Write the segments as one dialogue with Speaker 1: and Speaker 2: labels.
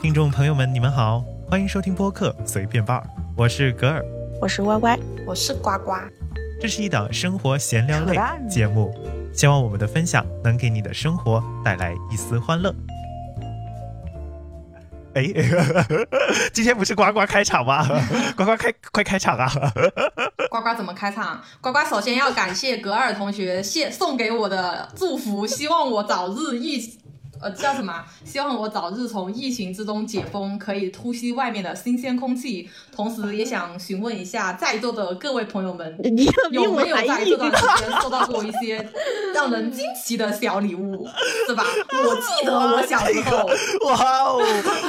Speaker 1: 听众朋友们，你们好，欢迎收听播客随便伴儿，我是格尔，
Speaker 2: 我是歪歪，
Speaker 3: 我是呱呱。
Speaker 1: 这是一档生活闲聊类节目，希望我们的分享能给你的生活带来一丝欢乐。哎， 今天不是呱呱开场吗？ 呱呱开，快开场啊！
Speaker 3: 呱呱怎么开场？呱呱首先要感谢格尔同学谢送给我的祝福，希望我早日疫，呃叫什么？希望我早日从疫情之中解封，可以呼吸外面的新鲜空气。同时也想询问一下在座的各位朋友们，有没有在这段时间收到过一些让人惊奇的小礼物？是吧？我记得我小时候，
Speaker 1: 哇哦，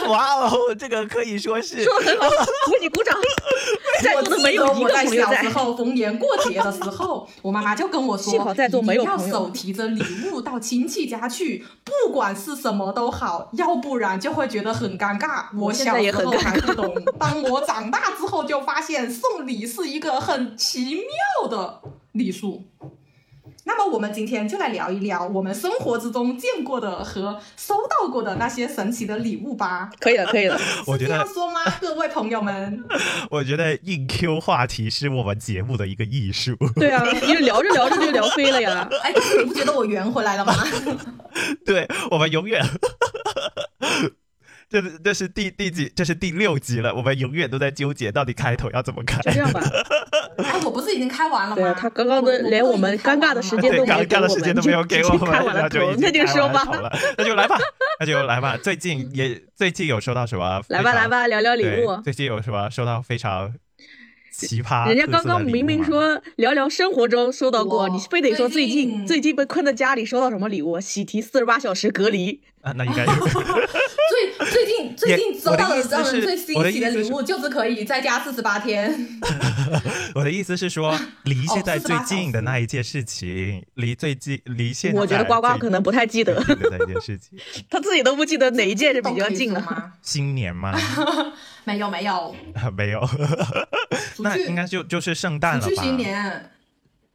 Speaker 1: 哇哦，这个可以说是
Speaker 2: 说很好，为你鼓掌。
Speaker 3: 我记得我在小时候逢年过节的时候，我妈妈就跟我说，
Speaker 2: 幸好在座没有
Speaker 3: 要手提着礼物到亲戚家去，不管是什么都好，要不然就会觉得很尴尬。我小时候还不懂，当我长大之后就发现送礼是一个很奇妙的礼数。那么我们今天就来聊一聊我们生活之中见过的和收到过的那些神奇的礼物吧。
Speaker 2: 可以了，可以了。
Speaker 1: 我觉得
Speaker 3: 要说吗，各位朋友们？
Speaker 1: 我觉得硬 Q 话题是我们节目的一个艺术。
Speaker 2: 对啊，因为聊着聊着就聊飞了呀。
Speaker 3: 哎，你不觉得我圆回来 了吗？
Speaker 1: 对，我们永远这这是第第几？这是第六集了，我们永远都在纠结到底开头要怎么开。
Speaker 2: 就这样吧。
Speaker 3: 哎，我不是已经开完了吗？
Speaker 2: 对啊，他刚刚的连我们尴尬的时间都没有
Speaker 1: 尴尬的时间都没有给我们，
Speaker 2: 开完
Speaker 1: 那
Speaker 2: 了
Speaker 1: 就已经
Speaker 2: 那就
Speaker 1: 开
Speaker 2: 说
Speaker 1: 完
Speaker 2: 吧，
Speaker 1: 好了，那就来吧，那就来吧。最近也最近有收到什么？
Speaker 2: 来吧来，吧，聊聊礼
Speaker 1: 对
Speaker 2: 物。
Speaker 1: 最近有什么收到非常奇葩？
Speaker 2: 人家刚刚明明，说聊聊生活中收到过，
Speaker 3: 我
Speaker 2: 你非得说最
Speaker 3: 最近
Speaker 2: 近最近被困在家里收到什么礼物？喜提四十八小时隔离，
Speaker 1: 啊，那应 该
Speaker 3: 最最近最近收
Speaker 1: 我
Speaker 3: 到
Speaker 1: 的
Speaker 3: 的
Speaker 1: 意思
Speaker 3: 让
Speaker 1: 是
Speaker 3: 人最新
Speaker 1: 我的
Speaker 3: 奇
Speaker 1: 意思
Speaker 3: 礼
Speaker 1: 是
Speaker 3: 物就是可以在家四十八天。
Speaker 1: 我的意思是说，离现在
Speaker 3: 哦
Speaker 1: 最
Speaker 3: 48
Speaker 1: 近的那一件事情，离最近离现在
Speaker 2: 我觉得呱呱
Speaker 1: 最
Speaker 2: 可能不太记得，
Speaker 1: 最近的那一件事情，
Speaker 2: 他自己都不记得哪一件是比较近
Speaker 3: 了
Speaker 2: 了。
Speaker 3: 吗？
Speaker 1: 新年吗？
Speaker 3: 没有没有，
Speaker 1: 没有，
Speaker 3: 除
Speaker 1: 那应
Speaker 3: 去
Speaker 1: 该就就是圣诞了
Speaker 3: 除
Speaker 1: 吧？
Speaker 3: 去新年，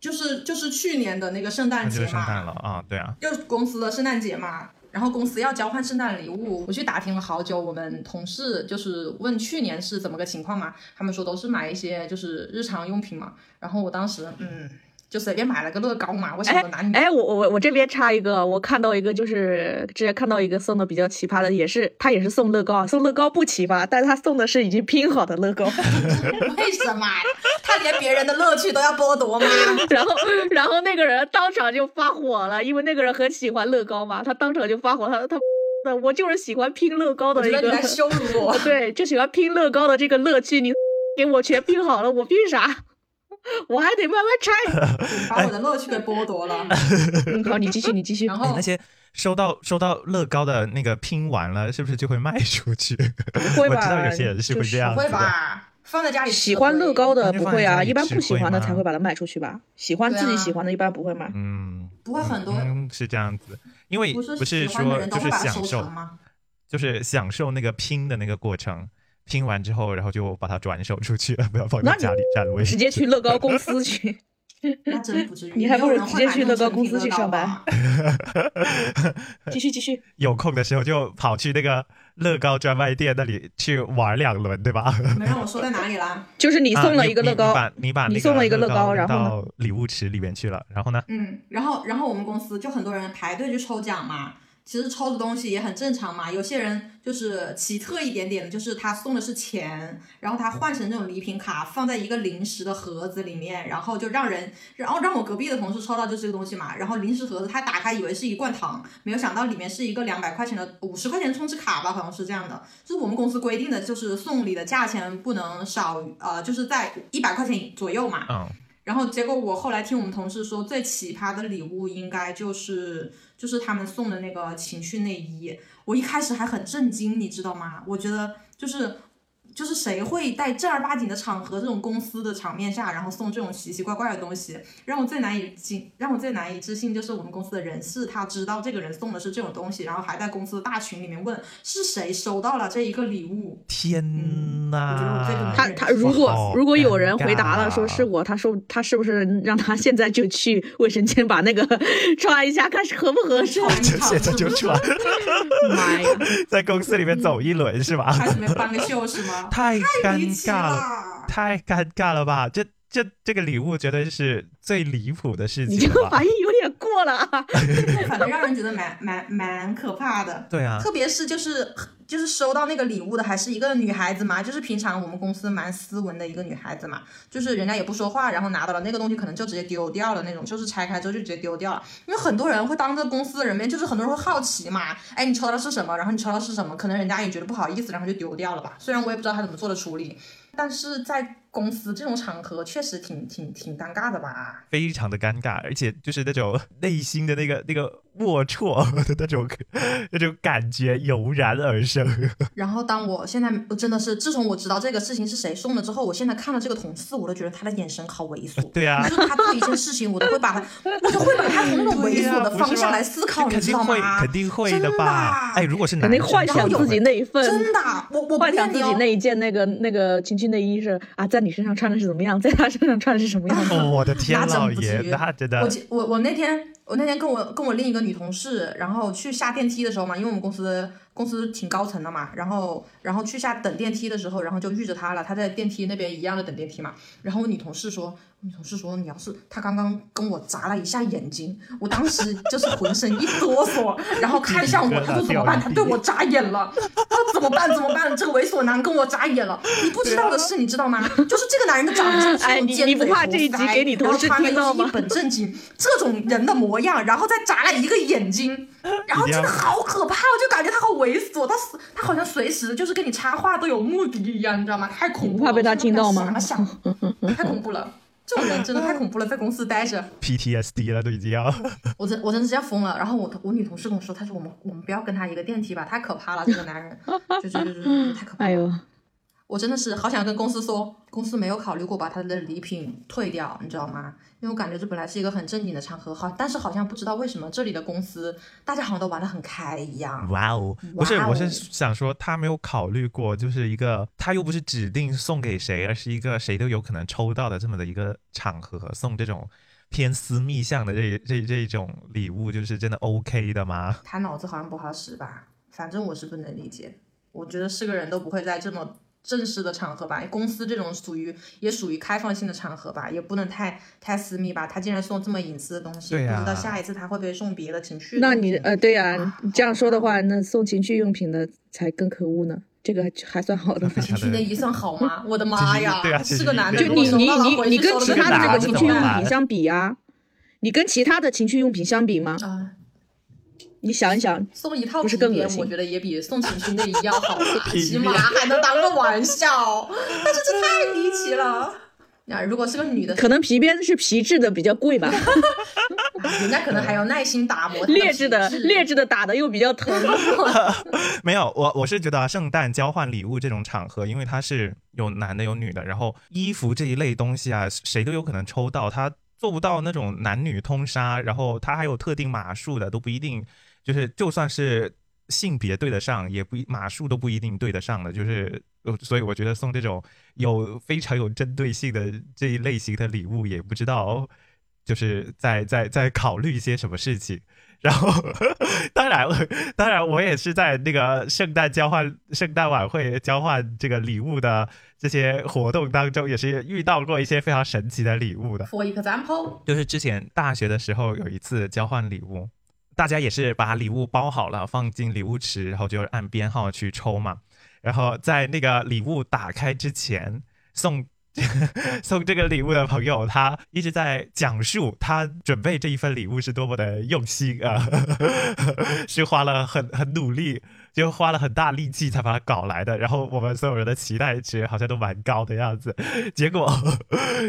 Speaker 3: 就是就是去年的那个圣
Speaker 1: 那
Speaker 3: 诞
Speaker 1: 就
Speaker 3: 节
Speaker 1: 是圣诞了，
Speaker 3: 嘛
Speaker 1: 啊，对啊，
Speaker 3: 就是公司的圣诞节嘛。然后公司要交换圣诞礼物，我去打听了好久，我们同事就是问去年是怎么个情况嘛，他们说都是买一些就是日常用品嘛。然后我当时嗯，就随便买了个乐高嘛，我想着拿你
Speaker 2: 哎，我我我这边插一个，我看到一个就是之前看到一个送的比较奇葩的，也是他也是送乐高，啊，送乐高不奇葩，但是他送的是已经拼好的乐高，
Speaker 3: 为什么啊他连别人的乐趣都要剥 夺吗？
Speaker 2: 然后然后那个人当场就发火了，因为那个人很喜欢乐高嘛，他当场就发火，他他的我就是喜欢拼乐高
Speaker 3: 我
Speaker 2: 的
Speaker 3: 觉
Speaker 2: 一
Speaker 3: 得你
Speaker 2: 个。
Speaker 3: 在，羞辱我
Speaker 2: 对，就喜欢拼乐高的这个乐趣，你 给我全拼好了，我拼啥？ 我还得慢慢 拆。
Speaker 3: 你把我的乐趣给剥夺了。
Speaker 2: 嗯，好，你继续，你继续
Speaker 3: 然。
Speaker 1: 哎
Speaker 3: 后
Speaker 1: 那些收到收到乐高的那个拼完了，是不是就会卖出去？我
Speaker 2: 会
Speaker 1: 知
Speaker 2: 吧
Speaker 1: 道有些人是会
Speaker 2: 就
Speaker 1: 这
Speaker 2: 是
Speaker 1: 样
Speaker 3: 不
Speaker 1: 子
Speaker 3: 会
Speaker 1: 的，
Speaker 3: 吧？放在家里
Speaker 2: 喜欢乐高的
Speaker 1: 那
Speaker 2: 不
Speaker 1: 就放在
Speaker 2: 会
Speaker 1: 家
Speaker 2: 啊，
Speaker 1: 里
Speaker 2: 一般
Speaker 1: 吃
Speaker 2: 不喜
Speaker 1: 亏
Speaker 2: 欢的
Speaker 1: 吗
Speaker 2: 才会把它卖出去吧。喜欢
Speaker 3: 对
Speaker 2: 自己
Speaker 3: 啊
Speaker 2: 喜欢的，一般不会卖。
Speaker 1: 嗯，
Speaker 3: 不会很多，
Speaker 1: 嗯是这样子，因为
Speaker 3: 不
Speaker 1: 不
Speaker 3: 是
Speaker 1: 是
Speaker 3: 喜欢的
Speaker 1: 说
Speaker 3: 人
Speaker 1: 就
Speaker 3: 都
Speaker 1: 是
Speaker 3: 会把它
Speaker 1: 享
Speaker 3: 收
Speaker 1: 受
Speaker 3: 藏，吗？
Speaker 1: 就是享受那个拼的那个过程，拼完之后，然后就把它转手出去，不要放
Speaker 2: 那
Speaker 1: 在
Speaker 2: 你
Speaker 1: 家里占位。
Speaker 2: 直接去乐高公 司去，
Speaker 3: 那真不至 于，
Speaker 2: 你还不如直接去乐
Speaker 3: 乐
Speaker 2: 高公司去上班。继续继续。
Speaker 1: 有空的时候就跑去那个乐高专卖店那里去玩两轮，对吧？
Speaker 3: 没让我说在哪里啦？
Speaker 2: 就是你
Speaker 1: 啊
Speaker 2: 送了一个乐
Speaker 1: 你你
Speaker 2: 高，
Speaker 1: 把你把那
Speaker 2: 你送了一个
Speaker 1: 乐
Speaker 2: 乐高
Speaker 1: 高，
Speaker 2: 然后呢
Speaker 1: 到礼物池里面去了，然后呢？
Speaker 3: 嗯，然后然后我们公司就很多人排队去抽奖嘛。其实抽的东西也很正常嘛，有些人就是奇特一点点的，就是他送的是钱，然后他换成这种礼品卡，放在一个零食的盒子里面，然后就让人，然后让我隔壁的同事抽到就是这个东西嘛，然后零食盒子他打开以为是一罐糖，没有想到里面是一个两百块钱的五十块钱充值卡吧，好像是这样的，就是我们公司规定的，就是送礼的价钱不能少于，呃，就是在一百块钱左右嘛，
Speaker 1: 嗯，
Speaker 3: 然后结果我后来听我们同事说，最奇葩的礼物应该就是就是他们送的那个情趣内衣。我一开始还很震惊，你知道吗？我觉得就是就是谁会在正儿八经的场合、这种公司的场面下，然后送这种奇奇怪怪的东西？让我最难以信，让我最难以置信就是我们公司的人事，他知道这个人送的是这种东西，然后还在公司的大群里面问是谁收到了这一个礼 物。
Speaker 1: 天
Speaker 3: 嗯我觉得我最
Speaker 1: 呐！
Speaker 3: 不能
Speaker 2: 他
Speaker 3: 忍
Speaker 2: 他
Speaker 3: 受
Speaker 2: 如果
Speaker 1: 啊好
Speaker 2: 如果有
Speaker 1: 尴
Speaker 2: 人回答了
Speaker 1: 尬
Speaker 2: 说是我，他说他是不是让他现在就去卫生间把那个 穿一下，看是合不合适？
Speaker 3: 传一
Speaker 1: 就
Speaker 3: 场
Speaker 1: 现在
Speaker 3: 是
Speaker 1: 就
Speaker 3: 不是
Speaker 1: 穿，
Speaker 3: 啊 哎
Speaker 2: 妈呀！
Speaker 1: 在公司
Speaker 3: 嗯
Speaker 1: 里面走一轮是吧？
Speaker 3: 还准备办个秀是吗？
Speaker 1: 太
Speaker 3: 离
Speaker 1: 尴
Speaker 3: 奇
Speaker 1: 尬了，
Speaker 3: 了。
Speaker 1: 太尴尬了吧？这这这个礼物绝对是最离谱的事
Speaker 2: 你
Speaker 1: 情
Speaker 2: 这个
Speaker 1: 了吧
Speaker 2: 反？应有点过了啊！
Speaker 3: 反正让人觉得蛮蛮蛮可怕的。
Speaker 1: 对啊，
Speaker 3: 特别是就是就是收到那个礼物的还是一个女孩子嘛，就是平常我们公司蛮斯文的一个女孩子嘛，就是人家也不说话，然后拿到了那个东西可能就直接丢掉了那种，就是拆开之后就直接丢掉了。因为很多人会当着公司的人面，就是很多人会好奇嘛，哎，你抽到的是什么？然后你抽到的是什么？可能人家也觉得不好意思，然后就丢掉了吧。虽然我也不知道他怎么做的处理，但是在公司这种场合确实挺挺挺尴尬的吧。
Speaker 1: 非常的尴尬，而且就是那种内心的那个那个龌龊的那种 那种感觉油然而生。
Speaker 3: 然后当我现在我真的是，自从我知道这个事情是谁送的之后，我现在看到这个同事，我都觉得他的眼神好猥琐。
Speaker 1: 对啊
Speaker 3: 就，是他做一件事情，我都会把他，我就会把他从那种
Speaker 1: 对
Speaker 3: 猥
Speaker 1: 呀
Speaker 3: 琐的
Speaker 1: 不是
Speaker 3: 方向
Speaker 1: 吗
Speaker 3: 来思考，
Speaker 1: 肯
Speaker 3: 你知
Speaker 1: 定
Speaker 3: 道
Speaker 1: 会
Speaker 3: 吗？
Speaker 1: 肯定会
Speaker 3: 真的
Speaker 1: 吧
Speaker 3: 啊？
Speaker 1: 哎，如果是
Speaker 2: 肯
Speaker 1: 男
Speaker 2: 定
Speaker 1: 生，
Speaker 2: 幻想自己那一份，
Speaker 3: 真的啊，我我不
Speaker 2: 幻想
Speaker 3: 骗
Speaker 2: 自
Speaker 3: 你
Speaker 2: 己
Speaker 3: 哦，
Speaker 2: 那一件那个那个情趣内衣是啊，在你身上穿的是怎么样，在他身上穿的是什么样？
Speaker 1: 哦，我的 天
Speaker 3: 那真
Speaker 1: 老
Speaker 3: 不
Speaker 1: 爷
Speaker 3: 至，于
Speaker 1: 那真
Speaker 3: 我
Speaker 1: 的
Speaker 3: 记我我那天我那天跟我跟我另一个女同事，然后去下电梯的时候嘛，因为我们公司公司挺高层的嘛，然后然后去下等电梯的时候，然后就遇着她了，她在电梯那边一样的等电梯嘛，然后我女同事说，我女同事说你要是她刚刚跟我眨了一下眼睛，我当时就是浑身一哆嗦，然后看向我，她说怎么办？她对我眨眼了，她说怎么办？怎么办？这个猥琐男跟我眨眼了，你不知道的是，你知道吗？就是这个男人的长相是
Speaker 2: 哎
Speaker 3: 那种
Speaker 2: 你
Speaker 3: 尖
Speaker 2: 你不
Speaker 3: 嘴
Speaker 2: 怕
Speaker 3: 猴
Speaker 2: 这一集
Speaker 3: 腮
Speaker 2: 给你同
Speaker 3: 然后
Speaker 2: 事
Speaker 3: 穿的
Speaker 2: 听
Speaker 3: 又
Speaker 2: 到
Speaker 3: 是一
Speaker 2: 吗
Speaker 3: 本正经，这种人的模样，然后再眨了一个眼睛，然后
Speaker 1: 一定要
Speaker 3: 真的好可怕，我就感觉他好猥琐，他是他好像随时就是跟你插话都有目的一样，你知道吗？太恐
Speaker 2: 你
Speaker 3: 怖了，
Speaker 2: 不怕被他
Speaker 3: 我真
Speaker 2: 听
Speaker 3: 的
Speaker 2: 到
Speaker 3: 不
Speaker 2: 吗
Speaker 3: 敢想啊想， 太恐怖了。这种人真的太恐怖了，在公司待着，
Speaker 1: PTSD 了，都已经要。
Speaker 3: 我真我真是要疯了。然后我同我女同事跟我说，她说我们我们不要跟他一个电梯吧，太可怕了，这个男人，就就就就就太可怕了。
Speaker 2: 哎呦，
Speaker 3: 我真的是好想跟公司说，公司没有考虑过把他的礼品退掉，你知道吗？因为我感觉这本来是一个很正经的场合，好，但是好像不知道为什么这里的公司大家好像都玩得很开一样。
Speaker 1: 哇哦，不是，
Speaker 3: 哇哦
Speaker 1: 我是想说他没有考虑过，就是一个他又不是指定送给谁，而是一个谁都有可能抽到的这么的一个场合送这种偏私密向的这这这种礼物，就是真的 OK 的吗？
Speaker 3: 他脑子好像不好使吧？反正我是不能理解。我觉得是个人都不会在这么正式的场合吧，公司这种属于也属于开放性的场合吧，也不能太太私密吧。他竟然送这么隐私的东西，
Speaker 1: 对呀
Speaker 3: 不知道下一次他会不会送别的情绪的
Speaker 2: 那
Speaker 3: 东西。
Speaker 2: 你呃，对呀、你这样说的话，那送情趣用品的才更可恶呢。这个还算好的吧？
Speaker 1: 非常
Speaker 3: 情趣
Speaker 1: 的
Speaker 3: 内衣算好吗？ 我的妈呀！
Speaker 1: 对啊
Speaker 3: 是个男的，
Speaker 1: 其实
Speaker 2: 就
Speaker 3: 如果
Speaker 2: 你
Speaker 3: 收
Speaker 2: 你
Speaker 3: 到了
Speaker 2: 你
Speaker 3: 回去
Speaker 2: 你跟
Speaker 3: 收的
Speaker 2: 其
Speaker 3: 是
Speaker 2: 他的这
Speaker 3: 男
Speaker 2: 个
Speaker 1: 这
Speaker 2: 情
Speaker 1: 个
Speaker 2: 趣
Speaker 1: 怎
Speaker 2: 用
Speaker 1: 么办
Speaker 2: 品相比呀、你跟其他的情趣用品相比吗？
Speaker 3: 啊，
Speaker 2: 你想一想，
Speaker 3: 送一套
Speaker 2: 不是
Speaker 3: 皮
Speaker 2: 更恶
Speaker 3: 鞭，
Speaker 2: 心
Speaker 3: 我觉得也比送情趣内衣要好吧，
Speaker 1: 皮
Speaker 3: 起
Speaker 1: 鞭
Speaker 3: 码还能当个玩笑。但是这太离奇了。那、如果是个女的，
Speaker 2: 可能皮鞭是皮质的比较贵吧，
Speaker 3: 人家可能还有耐心打磨她
Speaker 2: 劣质的
Speaker 3: 皮质
Speaker 2: 劣质的打的又比较疼。
Speaker 1: 没有，我我是觉得啊圣诞交换礼物这种场合，因为它是有男的有女的，然后衣服这一类东西啊，谁都有可能抽到，它做不到那种男女通杀，然后它还有特定码数的，都不一定，就是就算是性别对得上，也不一码数都不一定对得上的，就是。呃所以我觉得送这种有非常有针对性的这一类型的礼物，也不知道就是在在在考虑一些什么事情。然后，当然，我当然，我也是在那个圣诞交换、圣诞晚会交换这个礼物的这些活动当中，也是遇到过一些非常神奇的礼物的。
Speaker 3: For example，
Speaker 1: 就是之前大学的时候有一次交换礼物，大家也是把礼物包好了，放进礼物池，然后就按编号去抽嘛。然后在那个礼物打开之前，送 送这个礼物的朋友，他一直在讲述他准备 这一份礼物是多么的用心啊，是花了很很努力，就花了很大力气才把它搞来的。然后我们所有人的期待值好像都蛮高的样子，结果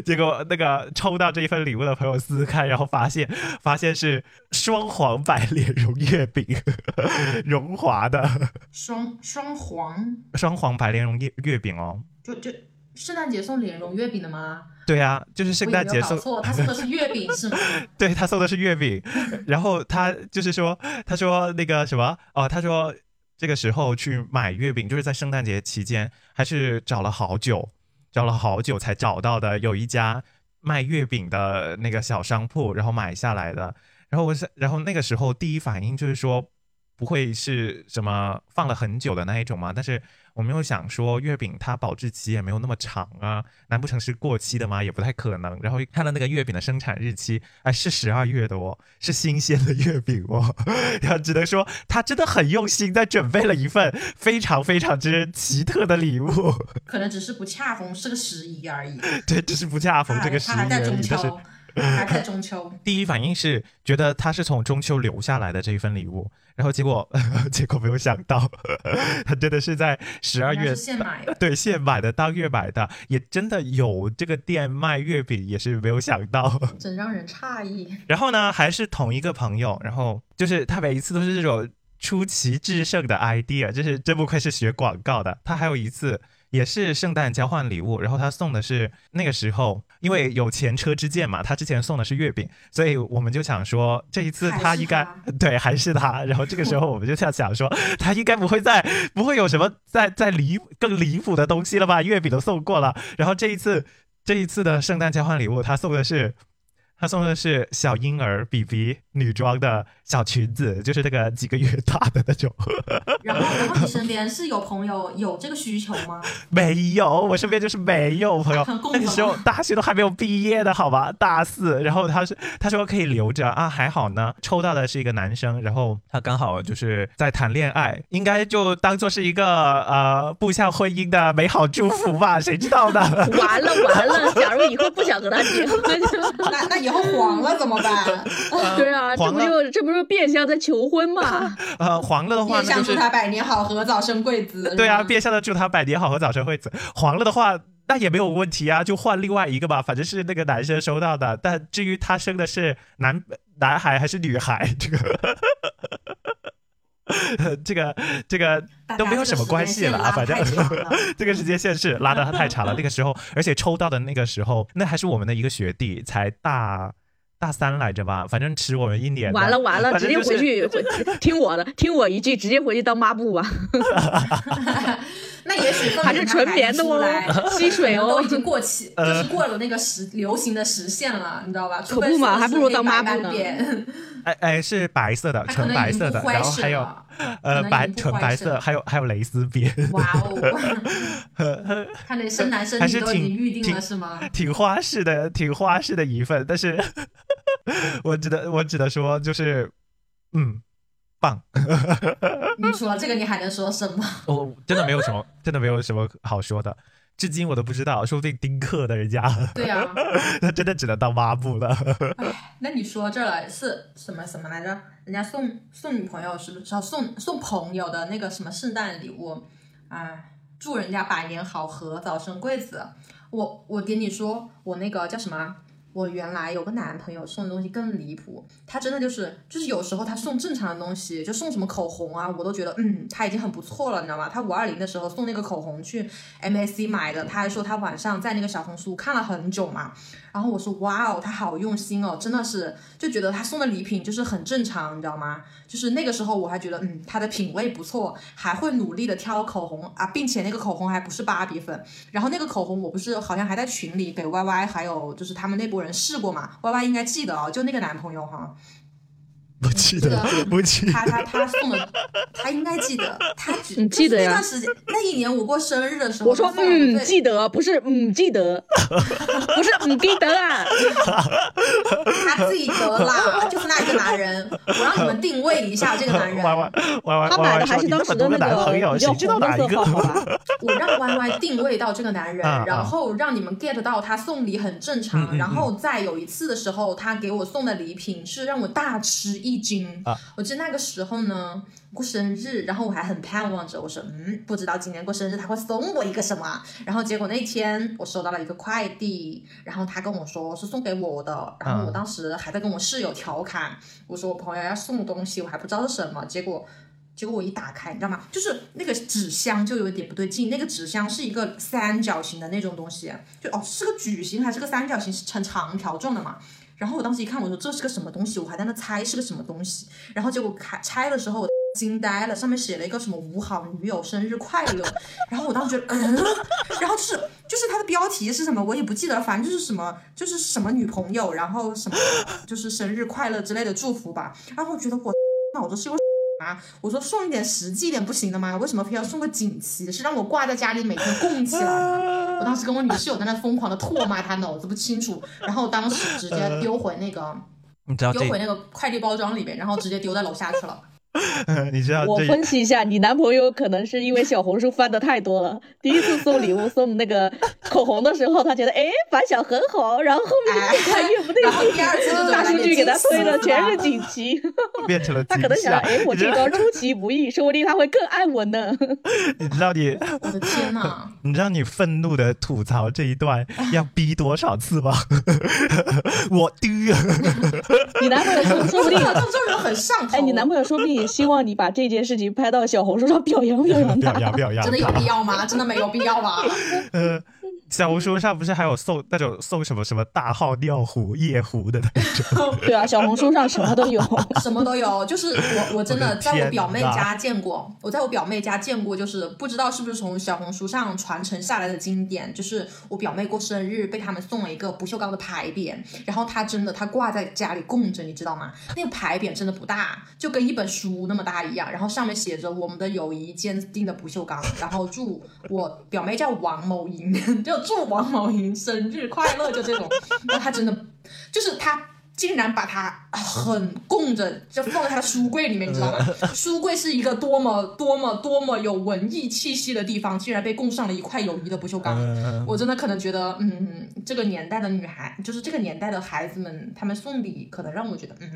Speaker 1: 结果那个抽到这一份礼物的朋友撕开，然后发现发现是双黄百里蓉月饼， 荣华的
Speaker 3: 双双黄，
Speaker 1: 双黄白莲蓉月月饼哦。
Speaker 3: 就就圣诞节送莲蓉月饼的吗？
Speaker 1: 对啊，就是圣诞节
Speaker 3: 我有没有
Speaker 1: 送
Speaker 3: 搞错，他送的是月饼是吗？
Speaker 1: 对他送的是月饼，然后他就是说，他说那个什么哦，他说这个时候去买月饼，就是在圣诞节期间，还是找了好久，找了好久才找到的，有一家卖月饼的那个小商铺，然后买下来的。然后我是，然后那个时候第一反应就是说，不会是什么放了很久的那一种嘛？但是我们又想说，月饼它保质期也没有那么长啊，难不成是过期的吗？也不太可能。然后一看到那个月饼的生产日期，哎，是十二月的哦，是新鲜的月饼哦。 然后只能说，他真的很用心，在准备了一份非常非常之奇特的礼物。
Speaker 3: 可能只是不恰逢是个时宜而已。
Speaker 1: 对，只是不恰逢这个时
Speaker 3: 他还
Speaker 1: 宜
Speaker 3: 哎在
Speaker 1: 而
Speaker 3: 中
Speaker 1: 已。但是
Speaker 3: 秋，还在 中秋。
Speaker 1: 第一反应是觉得他是从中秋留下来的这一份礼物，然后结果 结果没有想到， 他真的是在十二
Speaker 3: 应该
Speaker 1: 月
Speaker 3: 是现买的，
Speaker 1: 对现买的当月买的，也真的有这个店卖月饼，也是没有想到。
Speaker 3: 真让人诧异。
Speaker 1: 然后呢，还是同一个朋友，然后就是他每一次都是这种出奇制胜的 idea，就是真不愧是学广告的。他还有一次也是圣诞交换礼物，然后他送的是那个时候因为有前车之鉴嘛，他之前送的是月饼，所以我们就想说这一次他应该
Speaker 3: 还
Speaker 1: 对还是他。然后这个时候我们就在想说，他应该不会再不会有什么再再离更离谱的东西了吧？月饼都送过了，然后这一次这一次的圣诞交换礼物，他送的是他送的是小婴儿 BB 女装的小裙子，就是那个几个月大的那种。
Speaker 3: 然后，然后你身边是有朋友有这个需求吗？
Speaker 1: 没有，我身边就是没有朋友
Speaker 3: 很。共
Speaker 1: 那个
Speaker 3: 同
Speaker 1: 时候大学都还没有毕业的好吧，大四。然后他是他说可以留着啊，还好呢，抽到的是一个男生，然后他刚好就是在谈恋爱，应该就当做是一个呃步向婚姻的美好祝福吧，谁知道呢？
Speaker 2: 完了完了，假如以后不想和他结婚，
Speaker 3: 那那以后黄了怎 么办？
Speaker 2: 对啊，这
Speaker 1: 黄
Speaker 2: 不
Speaker 1: 了
Speaker 2: 就这不就变相在求婚吗？
Speaker 1: 呃黄了的话，
Speaker 3: 面
Speaker 1: 那
Speaker 3: 相
Speaker 1: 就
Speaker 3: 祝
Speaker 1: 是
Speaker 3: 他百年好合，早生贵子。
Speaker 2: 嗯
Speaker 1: 对啊，
Speaker 3: 是吧
Speaker 1: 变相的祝他百年好合，早生贵子。黄了的话，那也没有问题啊，就换另外一个吧，反正是那个男生收到的。但至于他生的是男男孩还是女孩，这个呃。这个这个
Speaker 3: 大家
Speaker 1: 都没有什么关系了啊，反
Speaker 3: 这
Speaker 1: 正 这个
Speaker 3: 个时间线拉太长了
Speaker 1: 时间线是拉的太长了。那个时候，而且抽到的那个时候，那还是我们的一个学弟，才大大三来着吧，反正迟我们一年的。
Speaker 2: 完了完了，
Speaker 1: 反
Speaker 2: 直
Speaker 1: 正
Speaker 2: 接
Speaker 1: 就是
Speaker 2: 回去回听我的，听我一句，直接回去当抹布吧。
Speaker 3: 那也许根本
Speaker 2: 还是纯棉的哦
Speaker 3: 拿不出来
Speaker 2: 吸水哦
Speaker 3: 都已经 过期，就
Speaker 1: 呃
Speaker 3: 是过了那个时流行的时限了，你知道吧？
Speaker 2: 可不嘛
Speaker 3: 除非是
Speaker 2: 还不如当抹布呢
Speaker 3: 黑白斑点
Speaker 1: 哎哎，是白色的，
Speaker 3: 它可
Speaker 1: 纯
Speaker 3: 能
Speaker 1: 白
Speaker 3: 已经
Speaker 1: 色的，
Speaker 3: 不
Speaker 1: 然
Speaker 3: 坏
Speaker 1: 后
Speaker 3: 事
Speaker 1: 还有
Speaker 3: 了
Speaker 1: 呃
Speaker 3: 可能
Speaker 1: 白
Speaker 3: 已经不
Speaker 1: 纯
Speaker 3: 坏
Speaker 1: 白
Speaker 3: 事
Speaker 1: 色，
Speaker 3: 了
Speaker 1: 还有还有蕾丝边。
Speaker 3: 哇哦！ 看来生男生
Speaker 1: 还
Speaker 3: 女
Speaker 1: 是
Speaker 3: 都已经
Speaker 1: 挺
Speaker 3: 预定
Speaker 1: 挺
Speaker 3: 了是吗？
Speaker 1: 挺花式的，挺花式的一份，但是我只能我只能说，就是嗯，棒，
Speaker 3: 你除了这个，你还能说什么？
Speaker 1: 我真的没有什么，真的没有什么好说的，至今我都不知道，说不定丁克的人家，
Speaker 3: 对啊，
Speaker 1: 他真的只能当抹布了。
Speaker 3: 那你说这了是什么什么来着？人家送送女朋友是不是？哦送送朋友的那个什么圣诞礼物啊？祝人家百年好合，早生贵子。我我给你说，我那个叫什么啊？我原来有个男朋友送的东西更离谱，他真的就是就是有时候他送正常的东西，就送什么口红啊，我都觉得嗯他已经很不错了，你知道吗？他五二零的时候送那个口红去 MSC 买的，他还说他晚上在那个小红书看了很久嘛，然后我说哇哦，他好用心哦，真的是就觉得他送的礼品就是很正常，你知道吗？就是那个时候我还觉得嗯他的品味不错，还会努力的挑口红啊，并且那个口红还不是芭比粉，然后那个口红我不是好像还在群里给 Y Y 还有就是他们那波人试过嘛，Y Y 应该记得哦，就那个男朋友哈，
Speaker 1: 不记得，不记
Speaker 3: 他他他送的，他应该记得，他只
Speaker 2: 嗯记得呀
Speaker 3: 就是那段时间那一年我过生日的时候，
Speaker 2: 我说
Speaker 3: 他送了
Speaker 2: 嗯
Speaker 3: 我，最
Speaker 2: 记得不是嗯记得， 不是嗯记得啊，
Speaker 3: 他自己得啦，就是那一个男人，我让你们定位一下这个
Speaker 1: 得。
Speaker 3: 男人，
Speaker 1: 歪歪歪歪
Speaker 2: 他
Speaker 1: 歪
Speaker 2: 买
Speaker 1: 歪
Speaker 2: 的还
Speaker 1: 说：“
Speaker 2: 是
Speaker 1: 你那
Speaker 2: 当
Speaker 1: 么
Speaker 2: 时的
Speaker 1: 多个
Speaker 2: 那
Speaker 1: 男朋友，
Speaker 2: 个比较
Speaker 1: 谁知道
Speaker 2: 红
Speaker 1: 哪一
Speaker 2: 色
Speaker 1: 个
Speaker 2: 号，好吧？
Speaker 3: 我让 Y Y 定位到这个男人，
Speaker 1: 啊啊
Speaker 3: 然后让你们 get 到他送礼很
Speaker 1: 嗯
Speaker 3: 正
Speaker 1: 嗯
Speaker 3: 常，
Speaker 1: 嗯
Speaker 3: 然后在有一次的时候，他给我送的礼品是让我大吃一惊
Speaker 1: 啊。
Speaker 3: 我记得那个时候呢，过生日，然后我还很盼望着，我说嗯，不知道今年过生日他会送我一个什么。然后结果那天我收到了一个快递，然后他跟我说是送给我的，然后我当时还在跟我室友调侃，我说我朋友要送东西，我还不知道是什么。结果结果我一打开，你知道吗？就是那个纸箱就有一点不对劲，那个纸箱是一个三角形的那种东西，就哦是个矩形还是个三角形，是呈长条状的嘛。然后我当时一看，我说这是个什么东西，我还在那猜是个什么东西。然后结果开拆的时候，我惊呆了，上面写了一个什么“五好女友生日快乐”。然后我当时觉得，嗯，然后就是就是它的标题是什么，我也不记得，反正就是什么就是什么女朋友，然后什么就是生日快乐之类的祝福吧。然后我觉得我脑子是有。啊！我说送一点实际一点不行的吗？为什么非要送个锦旗？是让我挂在家里每天供起来吗？我当时跟我女室友在那疯狂的唾骂他脑子不清楚，然后当时直接丢回那个
Speaker 1: 你知道这
Speaker 3: 丢，回那个快递包装里面，然后直接丢在楼下去了。
Speaker 1: 你知道
Speaker 2: 我
Speaker 1: 啊这
Speaker 2: 分析一下，你男朋友可能是因为小红书翻的太多了，第一次送礼物送那个口红的时候，他觉得哎反响很好，然后后面越看越不对
Speaker 3: 然后
Speaker 1: 啊
Speaker 3: 第二次就
Speaker 2: 劲， 大数据给他推了全是锦旗，
Speaker 1: 变成了
Speaker 2: 他可能
Speaker 1: 惊
Speaker 2: 想
Speaker 1: 吓
Speaker 2: 哎我
Speaker 1: 你知
Speaker 2: 这
Speaker 1: 道
Speaker 2: 招出其不意，说不定他会更爱我呢。
Speaker 1: 你知道你
Speaker 3: 我的天呐！
Speaker 1: 你知道你愤怒的吐槽这一段要逼多少次吗？ 我滴，
Speaker 2: 你男朋友说说
Speaker 3: 我
Speaker 2: 不
Speaker 3: 这
Speaker 2: 定
Speaker 3: 个这这人很上头。
Speaker 2: 哎，你男朋友说不定也希望你把这件事情拍到小红书上表扬表扬他
Speaker 1: 表。扬表扬
Speaker 3: 真的有必要吗？真的没有必 要吧？
Speaker 1: 呃，小红书上不是还有送那种送什么什么大号尿壶、夜壶的那种？
Speaker 2: 对啊，小红书上什么都 有。
Speaker 3: 什么都有，就是我我真
Speaker 1: 我的
Speaker 3: 的在我
Speaker 1: 天
Speaker 3: 表妹
Speaker 1: 哪
Speaker 3: 家见过，我在我表妹家见过，就是不知道是不是从小红书上传承下来的经典，就是我表妹过生日被他们送了一个不锈钢的牌匾，然后她真的她挂在家里供着，你知道吗？那个牌匾真的不大，就跟一本书那么大一样，然后上面写着我们的友谊坚定的不锈钢，然后祝我表妹叫王某莹， 就祝王某莹生日快乐，就这种，那她真的就是他竟然把它很供着，就放在他的书柜里面，你知道吗？书柜是一个多么多么多么有文艺气息的地方，竟然被供上了一块友谊的不锈钢。
Speaker 1: 嗯，
Speaker 3: 我真的可能觉得，嗯，这个年代的女孩，就是这个年代的孩子们，他们送礼可能让我觉得，嗯，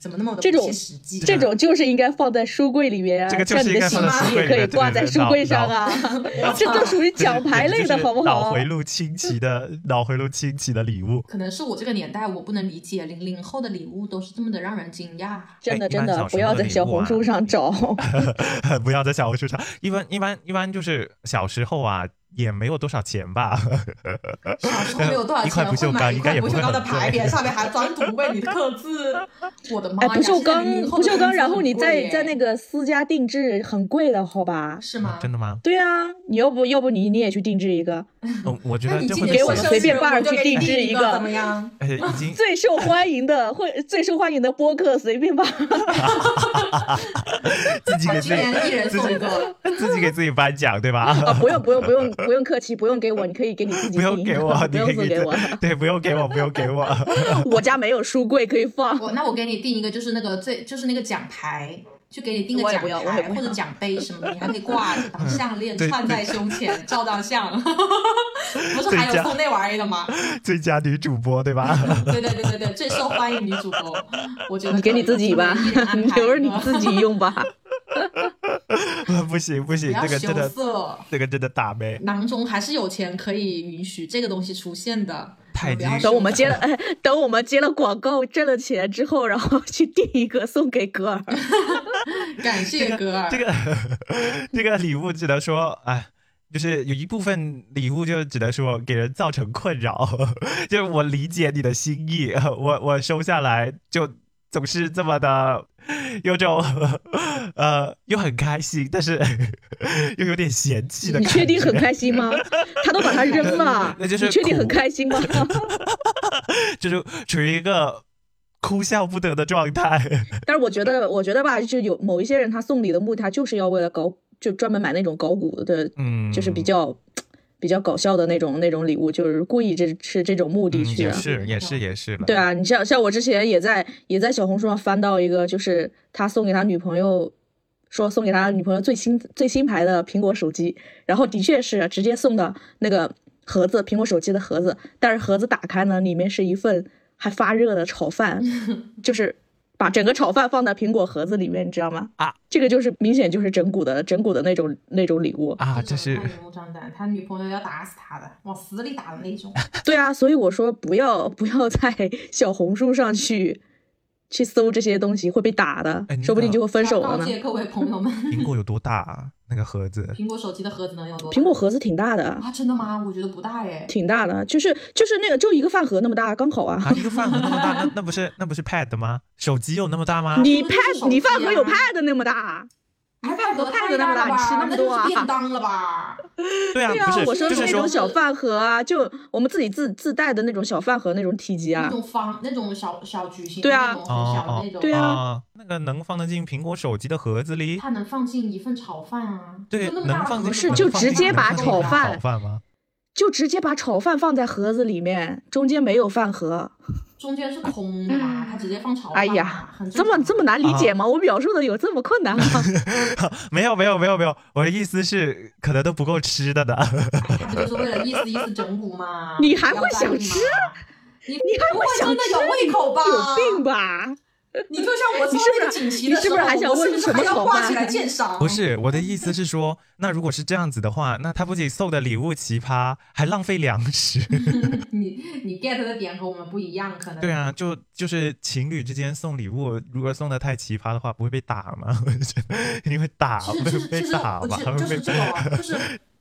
Speaker 3: 怎么那么的
Speaker 2: 这
Speaker 3: 不
Speaker 2: 种
Speaker 3: 切实际？
Speaker 2: 这种就是应该放在书柜里面啊，
Speaker 1: 这个就
Speaker 2: 像
Speaker 1: 是
Speaker 2: 你
Speaker 1: 应
Speaker 2: 的
Speaker 1: 该
Speaker 2: 喜
Speaker 1: 放在
Speaker 2: 剧
Speaker 1: 书柜
Speaker 2: 也可以
Speaker 1: 里面
Speaker 2: 挂
Speaker 1: 对
Speaker 2: 在
Speaker 1: 对
Speaker 2: 书
Speaker 1: 对
Speaker 2: 柜
Speaker 1: 脑
Speaker 2: 上啊，
Speaker 3: 我
Speaker 2: 这都
Speaker 3: 操
Speaker 2: 属于
Speaker 1: 这是
Speaker 2: 奖牌类的
Speaker 1: 这
Speaker 2: 好不
Speaker 1: 脑
Speaker 2: 好
Speaker 1: 回？路清奇的脑回路清奇的礼物，
Speaker 3: 可能是我这个年代我不能理解，零零后的礼物都是这么的让人惊讶。
Speaker 1: 哎
Speaker 2: 真的
Speaker 1: 一
Speaker 2: 真
Speaker 1: 般
Speaker 2: 的
Speaker 1: 小，
Speaker 2: 不
Speaker 1: 时
Speaker 2: 要
Speaker 1: 候的
Speaker 2: 在
Speaker 1: 礼
Speaker 2: 小
Speaker 1: 物
Speaker 2: 红
Speaker 1: 啊
Speaker 2: 书 上找。哎
Speaker 1: 不要在小红书上。一般一般一般就是小时候啊，也没有多少钱吧。
Speaker 3: 小时候没有多少
Speaker 1: 一块
Speaker 3: 钱
Speaker 1: 不锈
Speaker 3: 会买
Speaker 1: 钢
Speaker 3: 一
Speaker 1: 应该
Speaker 3: 块
Speaker 1: 也
Speaker 3: 不
Speaker 1: 不
Speaker 3: 锈
Speaker 1: 会
Speaker 3: 钢的
Speaker 1: 很
Speaker 3: 牌
Speaker 1: 贵
Speaker 3: 匾，上面还专独为你刻字。我的妈
Speaker 2: 哎，
Speaker 3: 呀！
Speaker 2: 不锈钢
Speaker 3: 现在零零后
Speaker 2: 不
Speaker 3: 的
Speaker 2: 锈钢，
Speaker 3: 工资
Speaker 2: 然后你
Speaker 3: 很贵
Speaker 2: 在
Speaker 3: 耶
Speaker 2: 在那个私家定制很贵的，好吧？
Speaker 3: 是吗？
Speaker 1: 真的吗？
Speaker 2: 对啊，你要不要不你你也去定制一个，
Speaker 1: 嗯，我觉
Speaker 3: 那
Speaker 1: 得
Speaker 3: 你
Speaker 1: 这
Speaker 3: 今
Speaker 1: 会
Speaker 3: 年
Speaker 2: 给
Speaker 1: 不
Speaker 2: 我
Speaker 1: 行
Speaker 2: 随便伴儿
Speaker 3: 我就
Speaker 2: 去
Speaker 3: 给你
Speaker 2: 定制
Speaker 3: 一
Speaker 2: 一
Speaker 3: 个
Speaker 2: 个
Speaker 3: 怎么样？
Speaker 1: 呃，已 经
Speaker 2: 最受欢迎的会最受欢迎的播客随便吧。
Speaker 1: 自己给
Speaker 3: 居
Speaker 1: 自
Speaker 3: 然一
Speaker 1: 己
Speaker 3: 人
Speaker 1: 自
Speaker 3: 送一
Speaker 1: 己
Speaker 3: 个，
Speaker 1: 自己给自己颁奖，对吧？
Speaker 2: 啊，不用不用不用不用客气，不用给我，你可以给你自己
Speaker 1: 不用
Speaker 2: 定
Speaker 1: 给我，
Speaker 2: 不
Speaker 1: 你可
Speaker 2: 用
Speaker 1: 以
Speaker 2: 送给我，
Speaker 1: 自对，不用给我，不用给我。
Speaker 2: 我家没有书柜可以放。
Speaker 3: 我那我给你定一个，就是那个最就是那个奖牌。就给你定个
Speaker 2: 我也
Speaker 3: 奖
Speaker 2: 不要我也
Speaker 3: 牌
Speaker 2: 不
Speaker 3: 或
Speaker 2: 要
Speaker 3: 者奖杯什么的，你还可以挂着当项链
Speaker 1: 嗯对
Speaker 3: 串在胸前照照相，不是
Speaker 1: 对
Speaker 3: 还有
Speaker 1: 家
Speaker 3: 送那玩意儿的吗？
Speaker 1: 最佳女主播，对吧？
Speaker 3: 对对对对对，最受欢迎女主播，我觉得
Speaker 2: 你给你自己吧
Speaker 3: 可以一人，安
Speaker 2: 你
Speaker 3: 排一
Speaker 2: 留着你
Speaker 3: 个
Speaker 2: 自己用 吧。
Speaker 1: 不行不行，
Speaker 3: 不要
Speaker 1: 这个真
Speaker 3: 羞
Speaker 1: 的，
Speaker 3: 涩，
Speaker 1: 这个真的打呗。
Speaker 3: 囊中还是有钱可以允许这个东西出现的。
Speaker 1: 太
Speaker 3: 不要
Speaker 1: 低
Speaker 3: 羞
Speaker 2: 等我们
Speaker 3: 涩
Speaker 2: 接了，哎，等我们接了广告挣了钱之后，然后去订一个送给格尔。
Speaker 3: 感谢哥儿，
Speaker 1: 这个 这个礼物只能说，哎，就是有一部分礼物就只能说给人造成困扰， 就是我理解你的心意， 我我收下来就总是这么的，有种 呃又很开心，但是 又有点嫌弃的
Speaker 2: 你
Speaker 1: 感觉。
Speaker 2: 确定很开心吗？他都把它扔了，
Speaker 1: 那就是
Speaker 2: 你确定很
Speaker 1: 苦
Speaker 2: 开心吗？
Speaker 1: 就是处于一个哭笑不得的状态。
Speaker 2: 但是我觉得，我觉得吧，就有某一些人，他送礼的目的，他就是要为了搞，就专门买那种搞古的，
Speaker 1: 嗯，
Speaker 2: 就是比较、比较搞笑的那种那种礼物，就是故意这是这种目的
Speaker 1: 嗯
Speaker 2: 去、
Speaker 1: 也
Speaker 2: 啊。
Speaker 1: 是也是也是了。
Speaker 2: 对，啊，你像像我之前也在也在小红书上翻到一个，就是他送给他女朋友，说送给他女朋友最新最新牌的苹果手机，然后的确是直接送的那个盒子，苹果手机的 盒子，但是盒子打开呢，里面是一份还发热的炒饭，就是把整个炒饭放到苹果盒子里面，你知道吗？
Speaker 1: 啊，
Speaker 2: 这个就是明显就是整蛊的整蛊的那种那种礼物。
Speaker 1: 啊，这
Speaker 3: 太
Speaker 1: 是
Speaker 3: 明目张胆，他女朋友要打死他的，往死里打的那种。
Speaker 2: 对啊，所以我说不要不要在 小红书上去去搜这些东西，会被打的
Speaker 1: 哎你，
Speaker 2: 说不定
Speaker 1: 知道
Speaker 2: 就会分手了
Speaker 3: 告
Speaker 2: 呢。
Speaker 3: 诫各位朋友们，
Speaker 1: 苹果有多大啊？那个盒子
Speaker 3: 苹果手机的盒子能有多大？
Speaker 2: 苹果盒子挺大的，
Speaker 3: 啊，真的吗？我觉得不大耶。
Speaker 2: 挺大的，就是就是那个就一个饭盒那么大，刚好啊。
Speaker 1: 啊，一个饭盒那么大，那那不是那不是 Pad 吗？手机有那么大吗？
Speaker 2: 你
Speaker 3: 那就是
Speaker 2: pad
Speaker 3: 手机啊
Speaker 2: 你饭盒有 pad 那么大？啊
Speaker 3: 哎，饭盒
Speaker 2: 派
Speaker 3: 太
Speaker 2: 的那么大
Speaker 3: 了吧，
Speaker 2: 你吃那么多啊
Speaker 3: 就是便当 了吧？
Speaker 1: 对啊，
Speaker 2: 对啊
Speaker 1: 不，是，
Speaker 2: 我说
Speaker 1: 就是
Speaker 2: 的那
Speaker 1: 说
Speaker 2: 种小饭盒啊，就我们自己自自带的那种小饭盒那种体积
Speaker 3: 那
Speaker 2: 啊。
Speaker 3: 种方那种小小矩形，
Speaker 2: 对啊
Speaker 3: 那种很小的那种，
Speaker 2: 对啊
Speaker 1: 啊，哦那个能放得进苹果手机的盒子里？
Speaker 3: 它能放进一份炒饭啊，
Speaker 1: 对，
Speaker 3: 就那么大
Speaker 1: 能放进
Speaker 2: 是
Speaker 1: 能
Speaker 2: 就
Speaker 1: 放
Speaker 2: 直
Speaker 1: 进
Speaker 2: 接
Speaker 1: 能
Speaker 2: 把
Speaker 1: 放进
Speaker 2: 炒
Speaker 1: 饭
Speaker 2: 饭
Speaker 1: 吗？
Speaker 2: 就直接把炒饭放在盒子里面，中间没有饭盒。
Speaker 3: 中间是空的嘛，它直接放炒饭啊，
Speaker 2: 哎呀
Speaker 3: 很
Speaker 2: 这么这
Speaker 3: 么
Speaker 2: 么难理
Speaker 1: 啊
Speaker 2: 解吗？我描述的有这么困难吗？
Speaker 1: 没有没有没有没有，我的意思是可能都不够吃的的。
Speaker 3: 它不就是为了意思意思整蛊吗？
Speaker 2: 你还会
Speaker 3: 不要在意
Speaker 2: 想
Speaker 3: 吗
Speaker 2: 吃？
Speaker 3: 你
Speaker 2: 你还
Speaker 3: 不
Speaker 2: 会
Speaker 3: 会
Speaker 2: 想
Speaker 3: 真的有胃口吧？
Speaker 2: 有病吧？
Speaker 3: 你就像我做那个锦旗的
Speaker 2: 你
Speaker 3: 时候，
Speaker 2: 是不是还想
Speaker 3: 我
Speaker 2: 问
Speaker 3: 是不
Speaker 2: 什
Speaker 3: 是
Speaker 2: 么
Speaker 3: 还
Speaker 2: 炒
Speaker 3: 要
Speaker 2: 饭
Speaker 3: 挂起来鉴赏？
Speaker 1: 不是我的意思是说，那如果是这样子的话，那他不仅送的礼物奇葩，还浪费粮食。
Speaker 3: 你你 get 的点和我们不一样，可能
Speaker 1: 对啊，就就是情侣之间送礼物，如果送的太奇葩的话，不会被打吗？ 我觉得肯定会打，
Speaker 3: 是
Speaker 1: 会
Speaker 3: 是是
Speaker 1: 被
Speaker 3: 是，
Speaker 1: 打
Speaker 3: 我
Speaker 1: 吧？
Speaker 3: 就就
Speaker 1: 会
Speaker 3: 是这
Speaker 1: 被
Speaker 3: 种啊，就是